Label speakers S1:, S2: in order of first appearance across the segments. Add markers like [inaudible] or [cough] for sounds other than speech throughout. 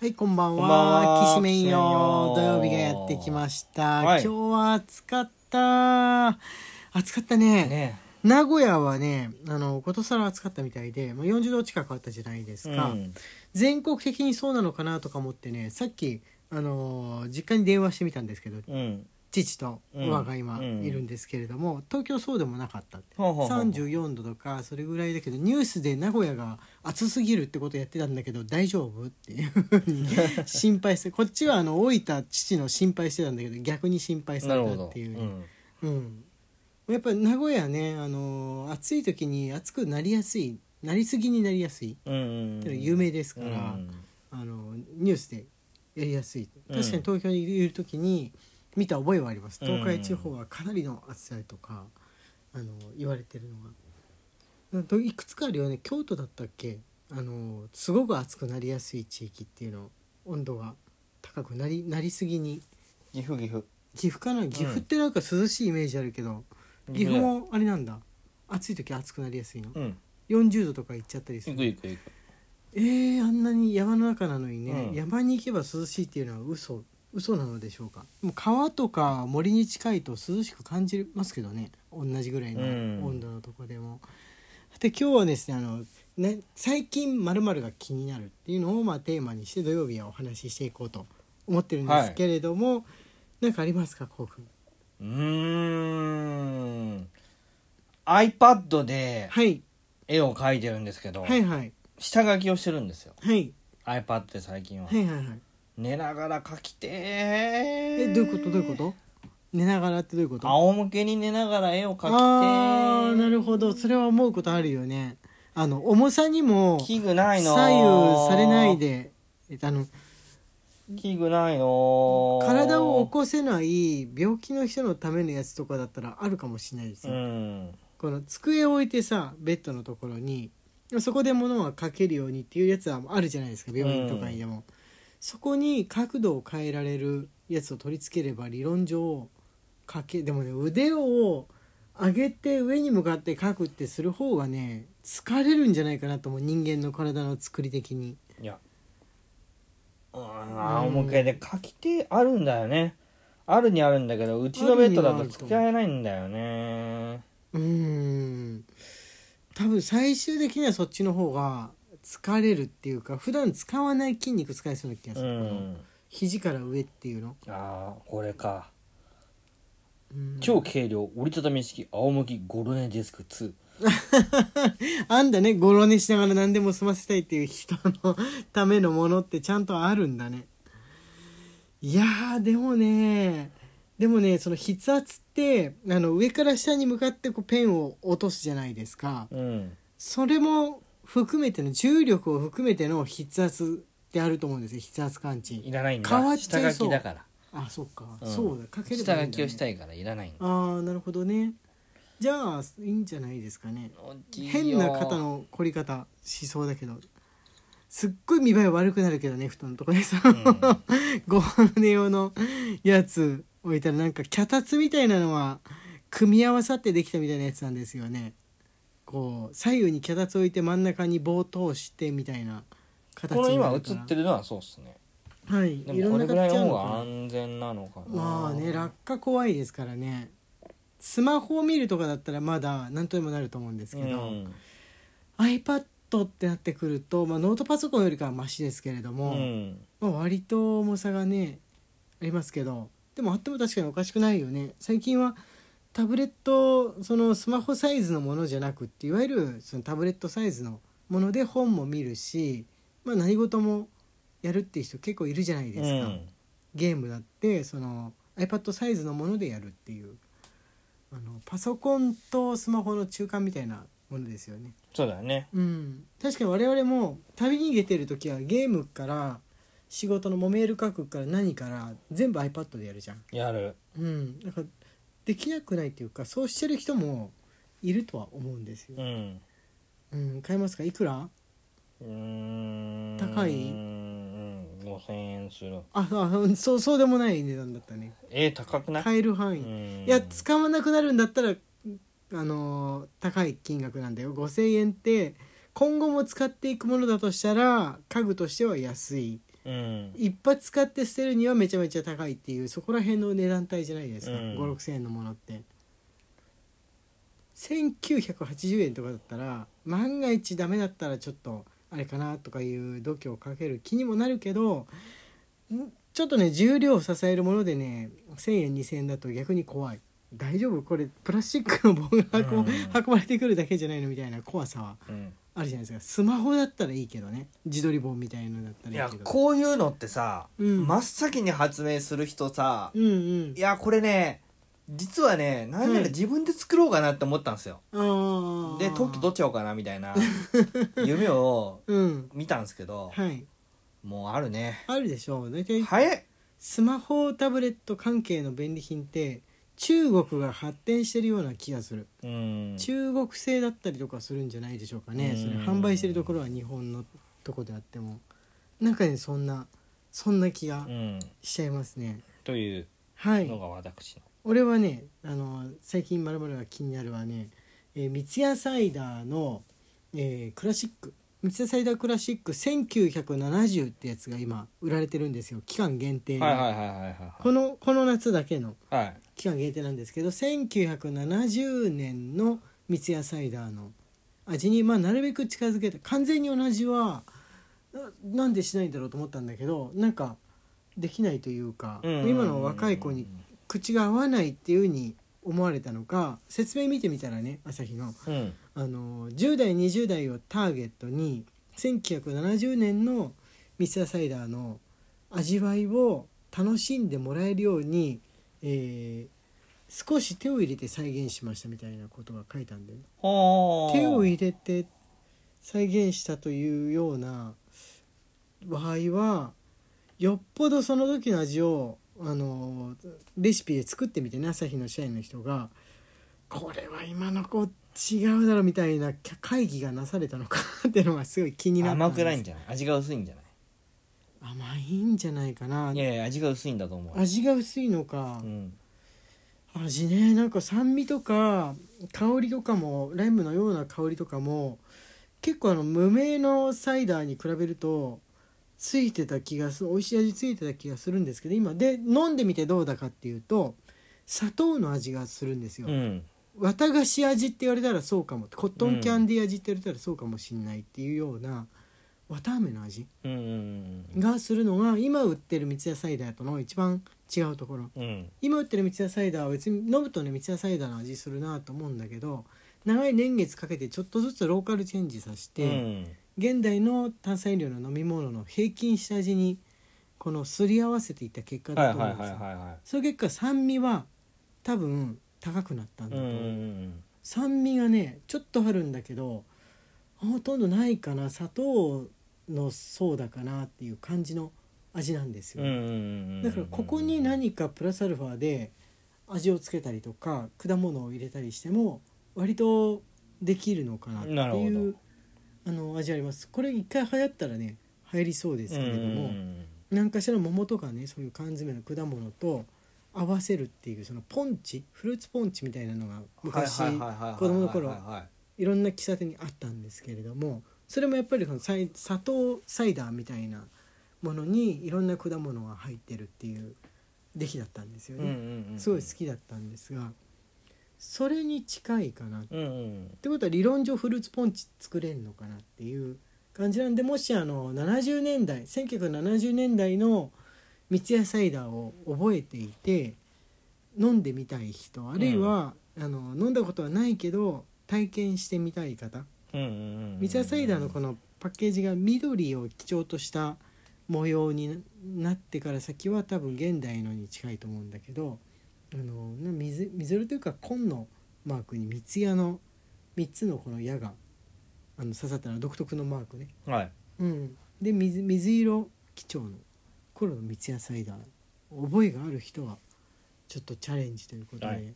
S1: はい、こんばん
S2: こんばん
S1: は。
S2: は
S1: きしめん
S2: き
S1: よ。
S2: しめ
S1: 土
S2: んよ
S1: 曜日がやってきました。
S2: はい
S1: 今日は暑かった。暑かったね。
S2: ね
S1: 名古屋はね、あの、ことさら暑かったみたいで、まあ、40度近くあったじゃないです
S2: う
S1: か。
S2: ん、
S1: 全国的にそうなのかなとか思ってね、さっき、あのー実家に電話してみたんですけど、
S2: うん、
S1: 父と我が今
S2: うん
S1: いるんですけれども、東京そうでもなかったって。
S2: ほうほうほう
S1: 34度とかそれぐらいだけどニュースで名古屋が暑すぎるってことやってたんだけど大丈夫っていうふう
S2: [laughs]
S1: に心配してこっちはあの老いた父の心配してたんだけど逆に心配さ
S2: なる
S1: れ
S2: ほ
S1: た
S2: ど
S1: っていう、
S2: うん
S1: うんやっぱ名古屋ね、あのー暑い時に暑くなりやすいなりすぎになりやすい
S2: うんうんう、
S1: っていうんのが有名ですから、
S2: うん
S1: あのニュースでやりやすい
S2: うん
S1: 確かに東京にいる時に見た覚えはあります、
S2: うん
S1: 東海地方はかなりの暑さとかあの言われてるのがなんといくつかあるよね京都だったっけあのすごく暑くなりやすい地域っていうの温度が高くなりなりすぎに
S2: 岐阜岐阜
S1: 岐阜かな岐阜ってなんか涼しいイメージあるけど、岐阜もあれなんだ暑い時暑くなりやすいの、
S2: うん
S1: 40度とかいっちゃったりす
S2: 行
S1: る
S2: く行く行く
S1: えー、あんなに山の中なのにね、
S2: うん
S1: 山に行けば涼しいっていうのは嘘嘘なのでしょうかもう川とか森に近いと涼しく感じますけどね同じぐらいの
S2: うん
S1: 温度のとこでも。で今日はですねあのね最近まるが気になるっていうのをまあテーマにして土曜日はお話ししていこうと思ってるんですけれども、なんかありますかこうくん
S2: うーん iPad で
S1: はい
S2: 絵を描いてるんですけど、
S1: はいはい
S2: 下書きをしてるんですよ
S1: はい
S2: iPad で最近は、
S1: はいはいはい。
S2: 寝ながら描きてー
S1: えどういうことどういうこと寝ながらってどういうこと
S2: 仰向けに寝ながら絵を描きて
S1: あー
S2: ー
S1: なるほどそれは思うことあるよねあの重さにも
S2: 器
S1: 左
S2: 具ないの
S1: 右されないでえっとあの
S2: 器具ないの
S1: 体を起こせない病気の人のためのやつとかだったらあるかもしれないです
S2: う
S1: よ、
S2: ん
S1: この机を置いてさベッドのところにそこで物はかけるようにっていうやつはあるじゃないですか病院とかにでも、そこに角度を変えられるやつを取り付ければ理論上かけでもね腕を上げて上に向かって書くってする方がね疲れるんじゃないかなと思う人間の体の作り的に
S2: いやうん仰向けで書き手あるんだよねあるにあるんだけどうちのベッドだと使えないんだよね
S1: うーん多分最終的にはそっちの方が疲れるっていうか普段使わない筋肉使いそうな気がす
S2: う
S1: る、この
S2: ん
S1: 肘から上っていうの
S2: あーこれか
S1: うん
S2: 超軽量折りたたみ式仰向きゴルネデスク2
S1: あんだねゴロ寝しながら何でも済ませたいっていう人の [laughs] ためのものってちゃんとあるんだねいやーでもねでもねその筆圧ってあの上から下に向かってこうペンを落とすじゃないですか
S2: うん
S1: それも含めての重力を含めての筆圧ってあると思うんですよ筆圧感
S2: い
S1: 知
S2: らないんだ
S1: 変わっちゃ
S2: 下
S1: いそ
S2: 書
S1: う
S2: きだから、
S1: あそっか、
S2: うん
S1: そうだかければ
S2: 下
S1: いい
S2: 書
S1: んだ
S2: き
S1: ね
S2: をしたいからいらないんだ
S1: ああなるほどねじゃあいいんじゃないですかね変な肩の凝り方しそうだけどすっごい見栄え悪くなるけどね布団のとこでさ、 [laughs] ご飯用のやつ置いたらなんか脚立みたいなのは組み合わさってできたみたいなやつなんですよねこう左右に脚立置いて真ん中に棒通してみたいな形
S2: この
S1: にな
S2: 今映
S1: る
S2: っ
S1: から
S2: てるのはそうっすね
S1: はい
S2: で
S1: いろ
S2: もこ
S1: ん
S2: れぐ
S1: な
S2: らい
S1: 形あ
S2: の
S1: る
S2: 方が
S1: のかな
S2: 安全なのかな
S1: まあね落下怖いですからねスマホを見るとかだったらまだ何とでもなると思うんですけど、
S2: うん、
S1: iPad ってなってくると、まあ、ノートパソコンよりかはマシですけれど
S2: う
S1: も、
S2: ん
S1: まあ、割と重さがねありますけどでもあっても確かにおかしくないよね最近はタブレットそのスマホサイズのものじゃなくっていわゆるそのタブレットサイズのもので本も見るし、まあ、何事もやるっていう人結構いるじゃないですか、
S2: うん
S1: ゲームだってその iPad サイズのものでやるっていうあのパソコンとスマホの中間みたいなものですよね。
S2: そうだよね
S1: うん、確かに我々も旅に出てる時はゲームから仕事のもメール書くから何から全部 iPad でやるじゃん。
S2: やる
S1: うん、なんかできなくないっていうかそうしてる人もいるとは思うんです
S2: う
S1: よ。
S2: ん
S1: うん、買えますかいくら
S2: うーん
S1: 高い
S2: うん5000円する
S1: ああうんそうそうでもない値段だったね
S2: えー、高くない
S1: 買える範囲、
S2: うん
S1: いや使わなくなるんだったらあのー高い金額なんだよ5,000円って今後も使っていくものだとしたら家具としては安い
S2: うん
S1: 一発使って捨てるにはめちゃめちゃ高いっていうそこら辺の値段帯じゃないですか、
S2: うん
S1: 5 6千円のものって1980円とかだったら万が一ダメだったらちょっとあれかなとかいう度胸をかける気にもなるけどんちょっとね重量を支えるものでね1,000円2,000円だと逆に怖い大丈夫これプラスチックの棒が運,、
S2: うん
S1: 運ばれてくるだけじゃないのみたいな怖さは
S2: うん
S1: あるじゃないですかスマホだったらいいけどね自撮り棒みたいなのだった
S2: い
S1: ら
S2: や
S1: いいけど
S2: こういうのってさ、
S1: うん
S2: 真っ先に発明する人さ、
S1: うんう
S2: い
S1: ん
S2: やこれね実はね何な
S1: うん
S2: ら自分で作ろうかなって思ったんですよ、
S1: ああ
S2: で特許取っちゃおうかなみたい [laughs] な夢を
S1: うん
S2: 見たんですけど、
S1: はい
S2: もうあるね
S1: あるでしょう大体
S2: 早い
S1: スマホタブレット関係の便利品って中国が発展してるような気がする、
S2: うん
S1: 中国製だったりとかするんじゃないでしょうかね、
S2: うん
S1: それ販売してるところは日本のとこであってもなんかねそんなそんな気が
S2: うん
S1: しちゃいますね、
S2: という
S1: は
S2: の
S1: い
S2: が私の、
S1: 俺はねあの最近まるまるが気になるはね、えー三ツ矢サイダーの、えークラシック三ツ矢サイダークラシック1970ってやつが今売られてるんですよ期間限定で、
S2: はいはいはいはいはい
S1: このこの夏だけの
S2: はいはい
S1: 期間限定なんですけど1970年の三ツ矢サイダーの味に、まあ、なるべく近づけて完全に同じはななんでしないんだろうと思ったんだけどなんかできないというか、
S2: うん
S1: 今の若い子に口が合わないっていう風に思われたのか説明見てみたらね朝日の
S2: うん
S1: あの10代20代をターゲットに1970年のミスターサイダーの味わいを楽しんでもらえるように、えー少し手を入れて再現しましたみたいなことが書いたんで
S2: はあ
S1: 手を入れて再現したというような場合はよっぽどその時の味をあのレシピで作ってみてね朝日の社員の人がこれは今の子違うだろみたいな会議がなされたのかっていうのがすごい気になった
S2: 甘くないん
S1: じ
S2: じゃない味が薄いんじゃない
S1: ゃ甘いんじゃないかない
S2: やいや味が薄いんだと思う
S1: 味が薄いのか
S2: う、ん
S1: 味ねなんか酸味とか香りとかもライムのような香りとかも結構あの無名のサイダーに比べるとついてた気がする美味しい味ついてた気がするんですけど今で飲んでみてどうだかっていうと砂糖の味がするんですよ、
S2: うん
S1: 綿菓子味って言われたらそうかもコットンキャンディ味って言われたらそうかもしんないっていうような綿飴の味
S2: うんうん
S1: がするのが今売ってる三ツ矢サイダーとの一番違うところ
S2: うんうん
S1: 今売ってる三ツ矢サイダーは別に飲むとね三ツ矢サイダーの味するなと思うんだけど長い年月かけてちょっとずつローカルチェンジさ
S2: う
S1: せて、
S2: ん
S1: 現代の炭酸飲料の飲み物の平均した味にこのすり合わせていった結果
S2: はい
S1: だ
S2: はい
S1: と思
S2: は
S1: う
S2: い
S1: んですよ、
S2: は
S1: その結果酸味は多分高くなった
S2: い
S1: ん
S2: はい
S1: だ
S2: う
S1: と
S2: ん
S1: 思う、
S2: うん
S1: 酸味がねちょっとあるんだけどほとんどないかな砂糖のソーダかなっていう感じの味なんです
S2: う
S1: よ、
S2: んうんうん
S1: だからここに何かプラスアルファで味をつけたりとか果物を入れたりしても割とできるのかなって
S2: なるほ
S1: いう
S2: ど
S1: あの味ありますこれ一回流行ったらね入りそうですけれども、
S2: うんうん
S1: 何かしら桃とかねそういう缶詰の果物と合わせるっていうそのポンチフルーツポンチみたいなのが昔
S2: はいはいはいはいはい
S1: 子供の頃
S2: はいはいはい
S1: ろんな喫茶店にあったんですけれどもそれもやっぱりそのサイ砂糖サイダーみたいなものにいろんな果物が入ってるっていう出来だったんですよ
S2: いうん
S1: ね、
S2: うんうん
S1: すごい好きだったんですがそれに近いかなっ
S2: うんうん
S1: てことは理論上フルーツポンチ作れんのかなっていう感じなんでもしあの70年代1970年代の三ツ矢サイダーを覚えていて飲んでみたい人あるいは、あの飲んだことはないけど体験してみたい方
S2: うんうんうんうん
S1: 三ツ矢サイダーのこのパッケージが緑を基調とした模様になってから先は多分現代のに近いと思うんだけどあのな水水色というか紺のマークに三ツ矢の3つのこの矢があの刺さったのは独特のマークね。
S2: はい
S1: うん、で水水色基調の頃の三ツ矢サイダー覚えがある人はちょっとチャレンジということで、
S2: はい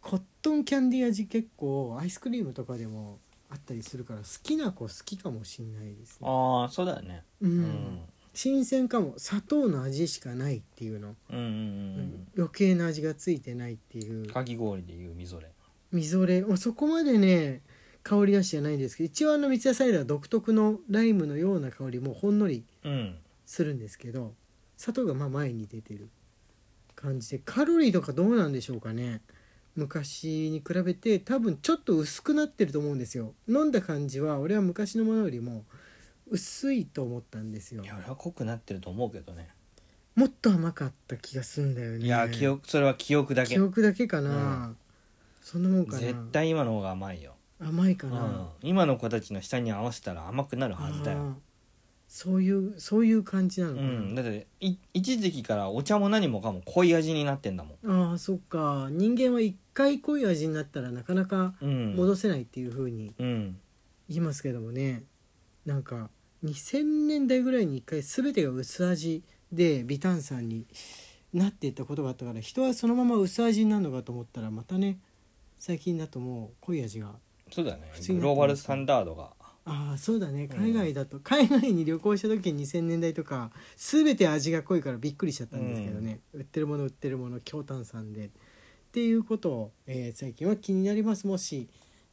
S1: コットンキャンディ味結構アイスクリームとかでもあったりするから好きな子好きかもしんないですね、
S2: ああそうだよね
S1: うん
S2: うん
S1: 新鮮かも砂糖の味しかないっていうの、
S2: うんうん
S1: 余計な味がついてないっていう
S2: うんかき氷でいうみぞれ
S1: みぞれまあそこまでね香り出しじゃないんですけど一応あの三ツ矢サイダー独特のライムのような香りもほんのり
S2: うん
S1: するんですけど砂糖がまあ前に出てる感じでカロリーとかどうなんでしょうかね昔に比べて多分ちょっと薄くなってると思うんですよ飲んだ感じは俺は昔のものよりも薄いと思ったんですよ
S2: いや俺は濃くなってると思うけどね
S1: もっと甘かった気がすんだよね
S2: いや記憶それは記憶だけ
S1: 記憶だけかな、そんなもんかな
S2: 絶対今の方が甘いよ、
S1: 甘いか
S2: う
S1: な、
S2: ん、今の子たちの舌に合わせたら甘くなるはずだよ、
S1: あーそういうそういう感じな
S2: う
S1: のかな、
S2: ん、だってい一時期からお茶も何もかも濃い味になってんだもん
S1: ああそっか人間は一回濃い味になったらなかなか
S2: うん
S1: 戻せないっていう風に
S2: うん
S1: 言いますけどもねなんか2000年代ぐらいに一回全てが薄味で微炭酸になっていったことがあったから人はそのまま薄味になるのかと思ったらまたね最近だともう濃い味が
S2: そうだね
S1: 普通に
S2: グ
S1: なっ
S2: ロ
S1: てます
S2: ーバルスタンダードが
S1: ああそうだね海外だと、海外に旅行した時に2000年代とか全て味が濃いからびっくりしちゃったんですけどね、売ってるもの売ってるもの強炭酸でっていうことを、えー最近は気になりますもし、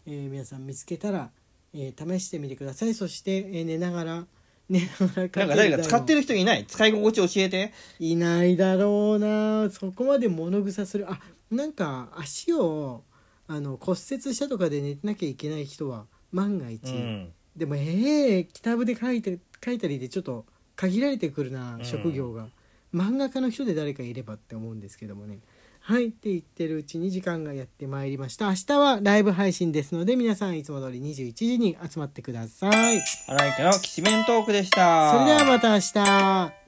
S1: えー皆さん見つけたら、えー試してみてくださいそして、えー寝ながら [laughs] 寝ながら
S2: なんか誰か使って
S1: る
S2: る人いない使い心地教えて
S1: いないだろうなそこまで物臭するあなんか足をあの骨折したとかで寝てなきゃいけない人は万が一。
S2: うん
S1: でもええー、北部で書いて書いたりでちょっと限られてくるな
S2: うん
S1: 職業が、漫画家の人で誰かいればって思うんですけどもねはいって言ってるうちに時間がやってまいりました明日はライブ配信ですので皆さんいつも通り21時に集まってください
S2: 荒井家のきしめんトークでし
S1: そ
S2: た
S1: れではまた明日